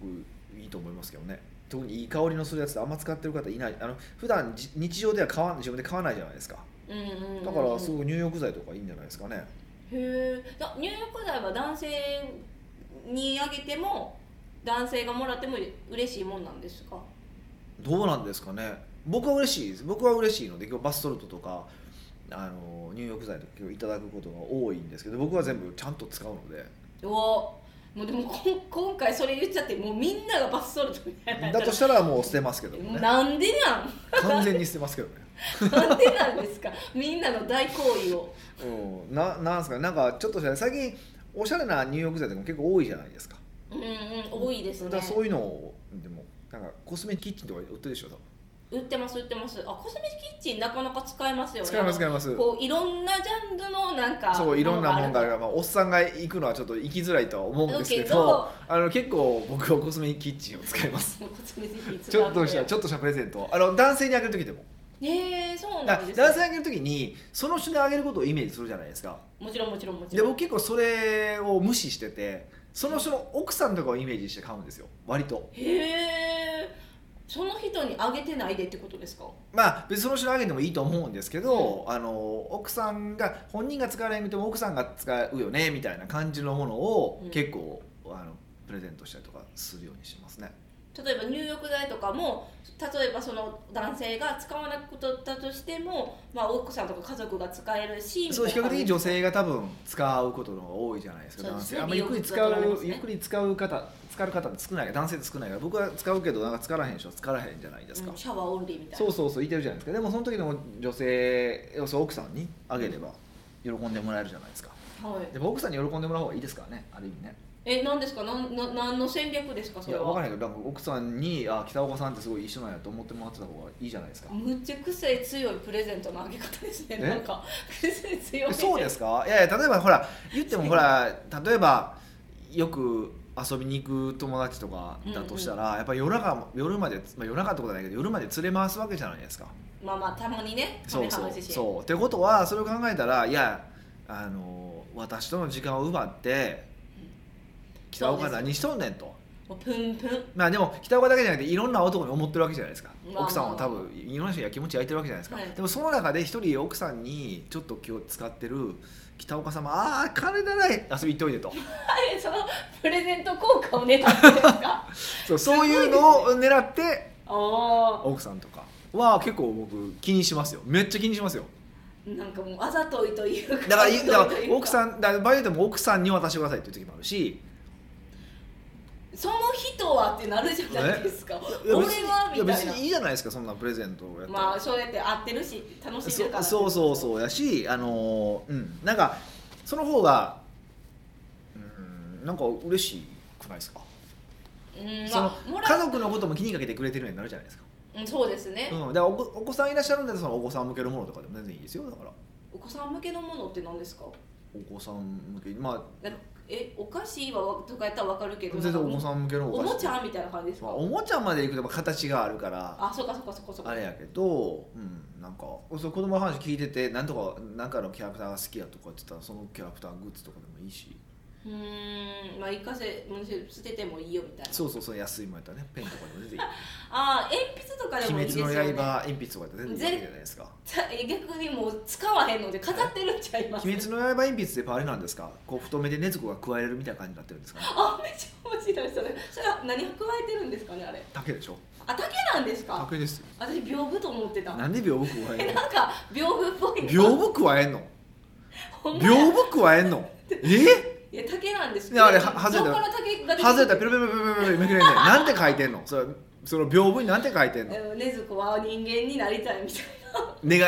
Speaker 2: 僕いいと思いますけどね特にいい香りのするやつってあんま使ってる方いないあの普段じ日常では買わん自分で買わないじゃないですか
Speaker 1: うんうんうん
Speaker 2: だからす
Speaker 1: そう
Speaker 2: ごい入浴剤とかいいんじゃないですかね
Speaker 1: へえ入浴剤は男性にあげても男性がもらっても嬉しいもんなんですか
Speaker 2: どうなんですかね僕は嬉しいです僕は嬉しいので今日バスソルトとかあの入浴剤とか今日いただくことが多いんですけど僕は全部ちゃんと使うの で
Speaker 1: うおもうでもこん今回それ言っちゃってもうみんながバスソルトみたいにな
Speaker 2: だとしたらもう捨てますけどもね
Speaker 1: なんでなん
Speaker 2: 完全に捨てますけどね
Speaker 1: なんでなんですかみんなの大行為を
Speaker 2: うんななんですかねなんかちょっとした最近おしゃれな入浴剤とかも結構多いじゃないですか
Speaker 1: うんうん多いです
Speaker 2: だ
Speaker 1: ね
Speaker 2: からそういうのをでもなんかコスメキッチンとか売ってるでしょ多分
Speaker 1: 売ってます売ってますあコスメキッチンなかなか使えますよね
Speaker 2: 使います使います
Speaker 1: こういろんなジャンルのなんか
Speaker 2: そういろんなものがある
Speaker 1: る
Speaker 2: から、まあ、おっさんが行くのはちょっと行きづらいとは思うんですけど
Speaker 1: だけど
Speaker 2: あの結構僕はコスメキッチンを使います
Speaker 1: コスメキッチン
Speaker 2: ちょっとしたちょっとしたプレゼントあの男性にあげる時でも
Speaker 1: えー、そうな
Speaker 2: だか
Speaker 1: ん
Speaker 2: ら
Speaker 1: です
Speaker 2: 男性にあげる時にその人にあげることをイメージするじゃないですか
Speaker 1: もちろんもちろんもち
Speaker 2: で
Speaker 1: ろん
Speaker 2: 僕結構それを無視しててその人の奥さんとかをイメージして買うんですよ割と
Speaker 1: へえその人にあげてないでってことですか
Speaker 2: まあ別にその人にあげてもいいと思うんですけど、あの奥さんが本人が使われなくても奥さんが使うよねみたいな感じのものを
Speaker 1: うん
Speaker 2: 結構、あのプレゼントしたりとかするようにしてますね
Speaker 1: 例えば入浴剤とかも例えばその男性が使わなくとったとしても、まあ、奥さんとか家族が使えるし
Speaker 2: そう
Speaker 1: み
Speaker 2: 比
Speaker 1: たい
Speaker 2: 較
Speaker 1: な
Speaker 2: 的女性が多分使うことの方が多いじゃないですか
Speaker 1: そう
Speaker 2: 男
Speaker 1: です
Speaker 2: 性
Speaker 1: ね
Speaker 2: あんまりゆっくり使
Speaker 1: 利用率が高まりま
Speaker 2: う
Speaker 1: すね
Speaker 2: ゆっくり使う方使う方って少ないから男性って少ないから僕は使うけどなんか使わへん人は使わへんじゃないですか、
Speaker 1: うんシャワーオンリーみたいな
Speaker 2: そうそうそういてるじゃないですかでもその時でも女性要するに奥さんにあげれば喜んでもらえるじゃないですか
Speaker 1: はい、
Speaker 2: でも奥さんに喜んでもらう方がいいですからねある意味ね
Speaker 1: え何ですかなんな何の戦略ですか
Speaker 2: い
Speaker 1: それ
Speaker 2: や分か
Speaker 1: は
Speaker 2: らへんけどなんか奥さんにあ北岡さんってすごい一緒なんやと思ってもらってた方がいいじゃないですか
Speaker 1: むっちゃ癖強いプレゼントのあげ方ですね
Speaker 2: え
Speaker 1: なんか癖強い
Speaker 2: えそうですすかいやいや例えばほら言ってもほら例えばよく遊びに行く友達とかだとしたら、やっぱり夜中も夜まで、まあ、夜中ってことはないけど夜まで連れ回すわけじゃないですか
Speaker 1: まあまあたまにね
Speaker 2: そうそう
Speaker 1: 話し
Speaker 2: そうってことはそれを考えたらいやあの私との時間を奪って北岡何しとんねんと。
Speaker 1: もうプンプン
Speaker 2: まあでも北岡だけじゃなくていろんな男に思ってるわけじゃないですか、
Speaker 1: まあ
Speaker 2: 奥さんは多分いろんな人に気持ち焼いてるわけじゃないですか、
Speaker 1: はい
Speaker 2: でもその中で一人奥さんにちょっと気を使ってる北岡様ああ金なら遊び行っておい でと
Speaker 1: あれそのプレゼント効果をねたんですか
Speaker 2: そうそういうのを狙って
Speaker 1: あ
Speaker 2: 奥さんとかは結構僕気にしますよめっちゃ気にしますよ
Speaker 1: あなんかもうあざといというか
Speaker 2: だから
Speaker 1: あざとい
Speaker 2: だから
Speaker 1: という
Speaker 2: 奥さんだから場合によっても奥さんに渡してくださいっていう時もあるし
Speaker 1: その人はってなるじゃないですか
Speaker 2: いや
Speaker 1: 俺
Speaker 2: 別に
Speaker 1: はみ
Speaker 2: や
Speaker 1: たい
Speaker 2: 別
Speaker 1: な
Speaker 2: にいいじゃないですかそんなプレゼントをやったら
Speaker 1: まあそうやって会ってるし楽しんでるから
Speaker 2: そそうそう
Speaker 1: う
Speaker 2: そうやしあのーうんなんかその方がうんなんか嬉しくないですか、
Speaker 1: うん
Speaker 2: その
Speaker 1: まあもら
Speaker 2: 家
Speaker 1: う
Speaker 2: 族のことも気にかけてくれてるようになるじゃないですか、
Speaker 1: うんそうですね、
Speaker 2: うん、だからお子お子さんいらっしゃるんでそのお子さん向けのものとかでも全然いいですよだから
Speaker 1: お子さん向けのものって何ですか
Speaker 2: お子さん向けにまあ
Speaker 1: だえお菓子はとかやったらわかるけど
Speaker 2: 全然お子
Speaker 1: ん
Speaker 2: さん向けのお
Speaker 1: お
Speaker 2: 菓子
Speaker 1: もちゃみたいな感じですか、
Speaker 2: まあ、おもちゃまでいくとやっぱ形があるから
Speaker 1: あそうかそうかそうかそうか
Speaker 2: あれやけど、うん、なんかそう子供の話聞いてて何とか何かのキャラクターが好きやとかって言ったらそのキャラクターグッズとかでもいいし
Speaker 1: うーんまあ行かせもう捨ててもいいよみたいな
Speaker 2: そうそうそう安いもんやったらねペンとかでも出ていい
Speaker 1: ああ鉛筆とかでもいい
Speaker 2: 鬼
Speaker 1: です
Speaker 2: 滅
Speaker 1: よ
Speaker 2: の
Speaker 1: ね
Speaker 2: 刃鉛筆とかって全然いいじゃないですか
Speaker 1: さえ 逆にもう使わへんので飾ってるんちゃいます
Speaker 2: 鬼滅の刃鉛筆ってやっぱあれなんですかこう太めで禰豆子が加えれるみたいな感じになってるんですかね
Speaker 1: あめっちゃ面白いそれそれは何加えてるんですかねあれ
Speaker 2: 竹でしょ
Speaker 1: あ竹なんですか
Speaker 2: 竹ですよ
Speaker 1: 私屏風と思ってた
Speaker 2: なんで屏風加え
Speaker 1: え
Speaker 2: んの
Speaker 1: なんか屏風っぽい
Speaker 2: 屏風加えんの
Speaker 1: ほんまや
Speaker 2: 屏風加えんのえ
Speaker 1: いや竹なんです
Speaker 2: いやあれは外れた
Speaker 1: どっから竹が出て
Speaker 2: 外れたらペロペロペロペロペロめくれんねんなんて書いてんのそれその屏風になんて書いてんの
Speaker 1: うん禰豆子は人間になりたいみたいな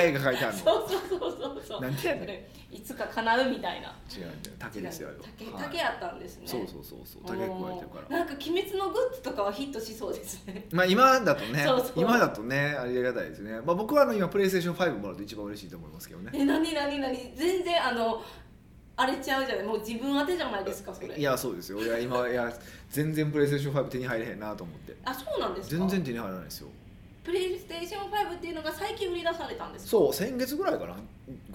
Speaker 2: 願いが書いてあるの
Speaker 1: そうそうそうそうそう
Speaker 2: なんてやねん
Speaker 1: えいつか叶うみたいな
Speaker 2: 違うんだよ竹ですよあれは
Speaker 1: 竹
Speaker 2: はい
Speaker 1: 竹やったんですね、
Speaker 2: そうそうそうそう竹加えてるから
Speaker 1: おーなんか鬼滅のグッズとかはヒットしそうです ね
Speaker 2: まあ今だとね
Speaker 1: そうそう
Speaker 2: 今だとねありがたいですね、まあ、僕はあの今プレイステーション5もらうと一番嬉しいと思いますけどね
Speaker 1: え何何何全然あのあれちゃうじゃないもう自分当てじゃないですかそれ
Speaker 2: いやそうですよいや今いや全然プレイステーション5手に入れへんなと思って
Speaker 1: あそうなんですか
Speaker 2: 全然手に入らないですよ
Speaker 1: プレイステーション5っていうのが最近売り出されたんですか
Speaker 2: そう先月ぐらいかなか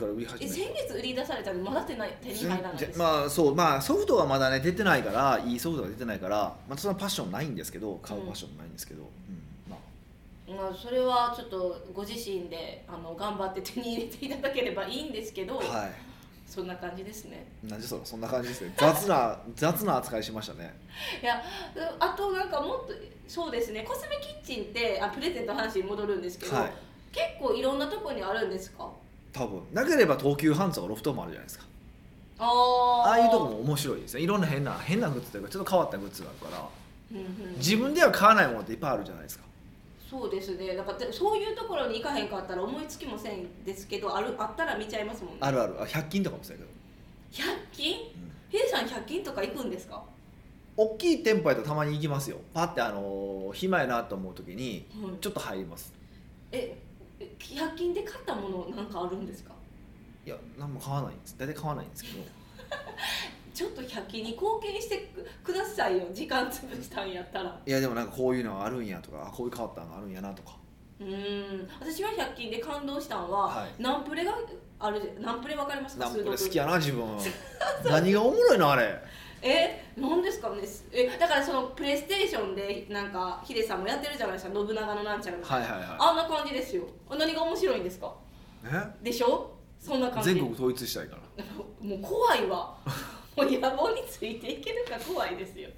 Speaker 2: ら売り始
Speaker 1: え
Speaker 2: め
Speaker 1: 先月売り出されたのにまだ手ない手に入らないんで
Speaker 2: 全
Speaker 1: す
Speaker 2: 然まあそうまあソフトはまだね出てないからいいソフトが出てないから、まあ、そのパッションないんですけど買うパッションないんですけど、うんまあ
Speaker 1: まあ、それはちょっとご自身であの頑張って手に入れていただければいいんですけど、
Speaker 2: は
Speaker 1: そんな感じですね
Speaker 2: いなんじゃそらそんな感じですね雑な雑な扱いしましたね
Speaker 1: いやあとなんかもっとそうですねコスメキッチンってあプレゼントの話に戻るんですけど、
Speaker 2: はい
Speaker 1: 結構いろんなとこにあるんですか
Speaker 2: 多分なければ東急ハンズとかロフトもあるじゃないですか
Speaker 1: ああ
Speaker 2: ああいうとこも面白いですねいろんな変な変なグッズというかちょっと変わったグッズがあるから
Speaker 1: うんうん
Speaker 2: 自分では買わないものっていっぱいあるじゃないですか
Speaker 1: そうですねなんかでそういうところに行かへんかったら思いつきもせんですけどあるあったら見ちゃいますもんね
Speaker 2: あるあるあ100均とかもそうやけど
Speaker 1: 100均
Speaker 2: ん
Speaker 1: ヒデさん100均とか行くんですか
Speaker 2: 大きい店舗やとたまに行きますよパってあのー暇やなと思う時に
Speaker 1: うん
Speaker 2: ちょっと入ります
Speaker 1: ええ100均で買ったものなんかあるんですか
Speaker 2: いや何も買わないんです大体買わないんですけど
Speaker 1: ちょっと100均に貢献してくださいよ時間潰したんやったら
Speaker 2: いやでもなんかこういうのあるんやとかあこういう変わったのあるんやなとか
Speaker 1: うーん私は100均で感動したんは、
Speaker 2: はい
Speaker 1: ナンプレがあるじゃナンプレわかりますか
Speaker 2: なんかこれ
Speaker 1: 数
Speaker 2: 好
Speaker 1: 独
Speaker 2: きやな自分 何がおもろいのあれ
Speaker 1: えなんですかねえだからそのプレイステーションでなんかヒデさんもやってるじゃないですか信長のなんちゃらみたい
Speaker 2: はいはい
Speaker 1: な、
Speaker 2: は
Speaker 1: あんな感じですよ何が面白いんですか
Speaker 2: いね
Speaker 1: でしょそんな感じ
Speaker 2: 全国統一したいから
Speaker 1: もう怖いわもう野望についていけるか怖いですよ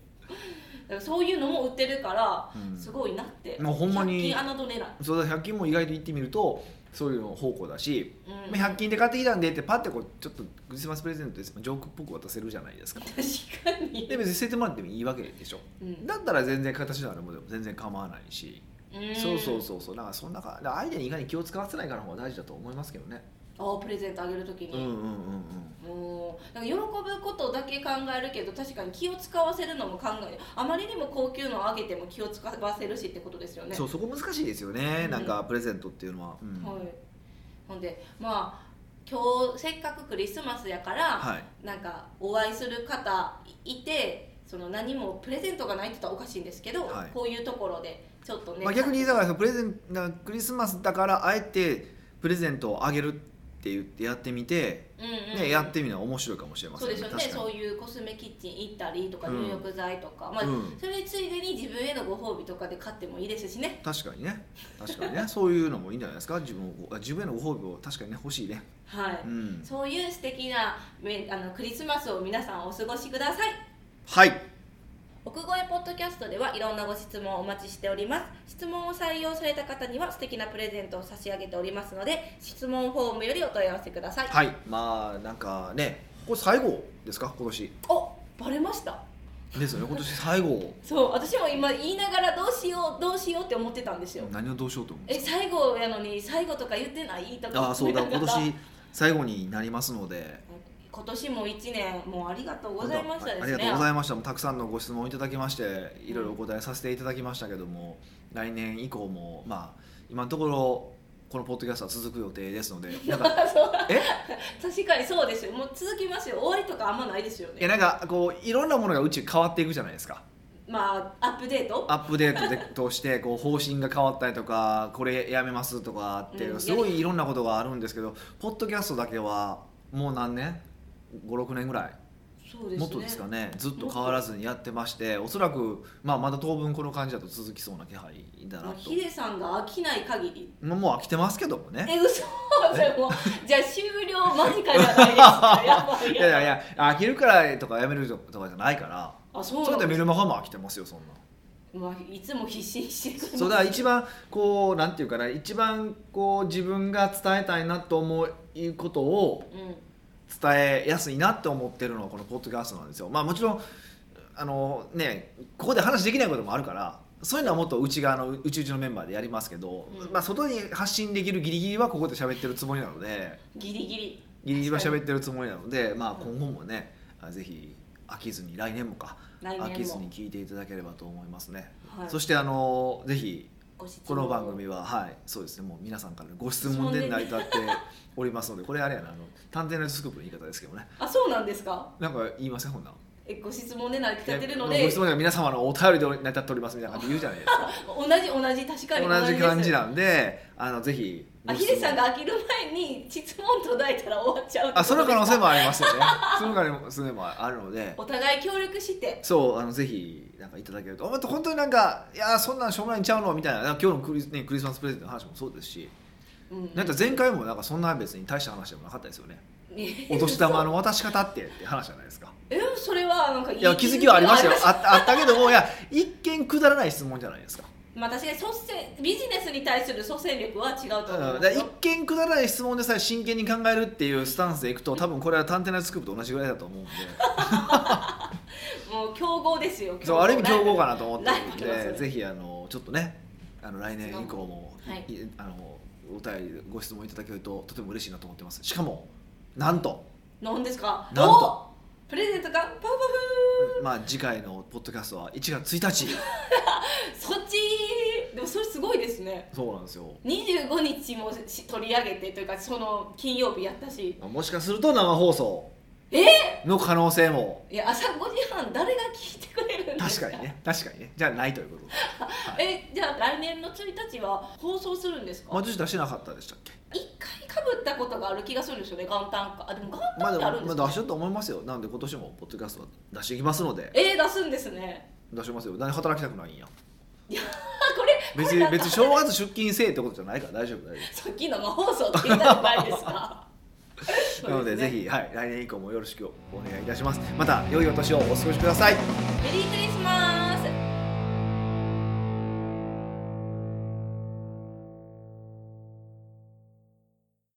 Speaker 1: だからそういうのも売ってるから、
Speaker 2: うん
Speaker 1: すごいなって
Speaker 2: もうほんまに
Speaker 1: 100均侮れない、
Speaker 2: そうだ100均も意外と行ってみるとそういうの方向だし、
Speaker 1: うん、
Speaker 2: まあ100均で買ってきたんでってパッてこうちょっとクリスマスプレゼントですジョークっぽく渡せるじゃないですか
Speaker 1: 確かに
Speaker 2: で別に捨ててもらってもいいわけでしょ
Speaker 1: うん
Speaker 2: だったら全然形のあるものでも全然構わないし、
Speaker 1: うん
Speaker 2: そうそうそうそうなんかそんなかアイデアにいかに気を使わせないからの方が大事だと思いますけどね、
Speaker 1: あプレゼントあげるとき
Speaker 2: うんうん
Speaker 1: に、
Speaker 2: うん
Speaker 1: もうだから喜ぶことだけ考えるけど確かに気を使わせるのも考えあまりにも高級のをあげても気を使わせるしってことですよ
Speaker 2: うん、
Speaker 1: ね
Speaker 2: そうそこ難しいですよね、
Speaker 1: うん
Speaker 2: なんかプレゼントっていうのは、うん
Speaker 1: はい、ほんでまあ今日せっかくクリスマスやから、
Speaker 2: はい
Speaker 1: なんかお会いする方いてその何もプレゼントがないって言ったらおかしいんですけど、
Speaker 2: はい
Speaker 1: こういうところでちょっとね、
Speaker 2: まあ、逆にだからプレゼンなんかクリスマスだからあえてプレゼントをあげるって言ってやってみて、
Speaker 1: うんうん
Speaker 2: ねやってみるのは面白いかもしれませ
Speaker 1: そ
Speaker 2: ん
Speaker 1: うですよね
Speaker 2: 確か
Speaker 1: そ
Speaker 2: に
Speaker 1: ういうコスメキッチン行ったりとか
Speaker 2: うん
Speaker 1: 入浴剤とか、まあ
Speaker 2: うん
Speaker 1: それついでに自分へのご褒美とかで買ってもいいですしね
Speaker 2: 確かにね確かにね そういうのもいいんじゃないですか自分を自分へのご褒美を確かにね欲しいね
Speaker 1: はい、
Speaker 2: うん
Speaker 1: そういう素敵なめあのクリスマスを皆さんお過ごしください
Speaker 2: はい
Speaker 1: 奥越ポッドキャストではいろんなご質問をお待ちしております質問を採用された方には素敵なプレゼントを差し上げておりますので質問フォームよりお問い合わせください、
Speaker 2: はいまあなんかねこれ最後ですか今年
Speaker 1: おバレました
Speaker 2: ですよね今年 最後
Speaker 1: そう私も今言いながらどうしようどうしようって思ってたんですよ、
Speaker 2: 何をどうしようと思う
Speaker 1: え最後やのに最後とか言ってないとか
Speaker 2: ああそうだ
Speaker 1: 思いな
Speaker 2: 今
Speaker 1: がら
Speaker 2: 年最後になりますので
Speaker 1: 今年も1年もうありがとうございましたですね
Speaker 2: ありがとうございましたもうたくさんのご質問いただきましていろいろお答えさせていただきましたけども、来年以降もまあ今のところこのポッドキャストは続く予定ですのでなん かえ
Speaker 1: 確かにそうですよもう続きますよ終わりとかあんまないですよ
Speaker 2: い
Speaker 1: ね
Speaker 2: やなんかこういろんなものがうち変わっていくじゃないですか
Speaker 1: まあアップデート
Speaker 2: アップデートで としてこう方針が変わったりとかこれやめますとかって、
Speaker 1: うん
Speaker 2: すごいいろんなことがあるんですけどポッドキャストだけはもう何年56年ぐらい
Speaker 1: そうですね
Speaker 2: もっとですかねずっと変わらずにやってましておそらく、まあ、まだ当分この感じだと続きそうな気配だ
Speaker 1: も
Speaker 2: な
Speaker 1: う
Speaker 2: と
Speaker 1: ヒデさんが飽きない限り
Speaker 2: まあもう飽きてますけどもね
Speaker 1: え嘘でもじゃあ終了間近じゃないですかやばい
Speaker 2: いやいやいや飽きるからとかやめるとかじゃないから
Speaker 1: あそう
Speaker 2: そ
Speaker 1: な
Speaker 2: れ
Speaker 1: ん
Speaker 2: で
Speaker 1: で
Speaker 2: メ
Speaker 1: す
Speaker 2: ルマガも飽きてますよそんな
Speaker 1: まあ、いつも必死にしてくれ
Speaker 2: そうだから一番こうなんていうかな一番こう自分が伝えたいなと思うことを
Speaker 1: うん
Speaker 2: 伝えやすいなって思ってるのはこのポッドキャストなんですよ。まあもちろんあのねここで話できないこともあるからそういうのはもっと内側のうちうちのメンバーでやりますけど、
Speaker 1: うん
Speaker 2: まあ外に発信できるギリギリはここで喋ってるつもりなので
Speaker 1: ギリギリ
Speaker 2: ギリギリは喋ってるつもりなので、まあ、今後もねあぜひ飽きずに来年もか
Speaker 1: 来
Speaker 2: 飽
Speaker 1: 年
Speaker 2: きず
Speaker 1: も
Speaker 2: に、聞いていただければと思いますね、
Speaker 1: はい
Speaker 2: そしてあのぜひ
Speaker 1: ご質問
Speaker 2: この番組ははいそうですねもう皆さんからのご質問で成り立っておりますのでこれあれやなあの探偵のスクープの言い方ですけどね
Speaker 1: あそうなんですか
Speaker 2: なんか言いませんほんなん
Speaker 1: えご質問で成り立ってるの
Speaker 2: いや
Speaker 1: で
Speaker 2: ご質問で皆様のお便りで成り立っておりますみたいな感じで言うじゃないですか
Speaker 1: 同じ同じ確かに
Speaker 2: 同じ
Speaker 1: です
Speaker 2: 感じなんであのぜひ
Speaker 1: あ
Speaker 2: ご質
Speaker 1: ヒ
Speaker 2: 問
Speaker 1: デさんが飽きる前に質問途絶えたら終わっちゃうってこと
Speaker 2: あその可能
Speaker 1: で
Speaker 2: 性
Speaker 1: すか
Speaker 2: もありますよねその可能性もあるので
Speaker 1: お互い協力して
Speaker 2: そうあのぜひなんかいただけるとあと本当になんかいやーそんなんしょうもないんちゃうのみたいななんか今日のクリス,、ね、クリスマスプレゼントの話もそうですし、
Speaker 1: うん
Speaker 2: なんか 前回もなんかそんな別に大した話でもなかったですよね
Speaker 1: ね
Speaker 2: お年玉の渡し方ってって話じゃないですか
Speaker 1: えそれはなんかい
Speaker 2: いや気づきはありましたよ
Speaker 1: 気づきはあ
Speaker 2: あったあったけどもいや一見くだらない質問じゃないですか
Speaker 1: りまあ確かに率先ビジネスに対する率先力は違うと思い
Speaker 2: うん
Speaker 1: ま
Speaker 2: だ
Speaker 1: す
Speaker 2: から一見くだらない質問でさえ真剣に考えるっていうスタンスでいくと多分これは探偵のスクープと同じぐらいだと思うん で
Speaker 1: もう競合ですよ
Speaker 2: そうある意味競合かなと思ってる
Speaker 1: ライバル
Speaker 2: ん
Speaker 1: だ
Speaker 2: で
Speaker 1: それ
Speaker 2: ぜひあのちょっとねあの来年以降も、
Speaker 1: はい
Speaker 2: いあのお便りご質問いただけるととても嬉しいなと思ってますしかもなんと、
Speaker 1: なんですか
Speaker 2: なんと
Speaker 1: おプレゼントがパフパフ
Speaker 2: まあ、次回のポッドキャストは1月1日
Speaker 1: そっちでもそれすごいですね
Speaker 2: そうなんですよ
Speaker 1: 25日もし取り上げてというかその金曜日やったし
Speaker 2: もしかすると生放送の可能性も
Speaker 1: いや朝5時半誰が聞いてくれるんです
Speaker 2: 確
Speaker 1: か
Speaker 2: かにね確かにねじゃあないということで
Speaker 1: えじゃあ来年の1日は放送するんですか、
Speaker 2: まあ女子出してなかったでしたっけ
Speaker 1: 一回かぶったことがある気がするんですよね元旦かあでも元
Speaker 2: ま
Speaker 1: 旦ってあ
Speaker 2: あ
Speaker 1: るんです
Speaker 2: でも
Speaker 1: か、
Speaker 2: まあ出してると思いますよなんで今年もポッドキャストは出していきますので
Speaker 1: えー出すんですね
Speaker 2: 出しますよ何働きたくないんや
Speaker 1: あこれ
Speaker 2: 別に別に正月出勤せえってことじゃないから大丈夫大丈
Speaker 1: さっきの生放送って言ったじゃないですか
Speaker 2: 夫なので
Speaker 1: そうすね
Speaker 2: ぜひ、はい、来年以降もよろしくお願いいたしますまた良いお年をお過ごしください
Speaker 1: メリークリスマス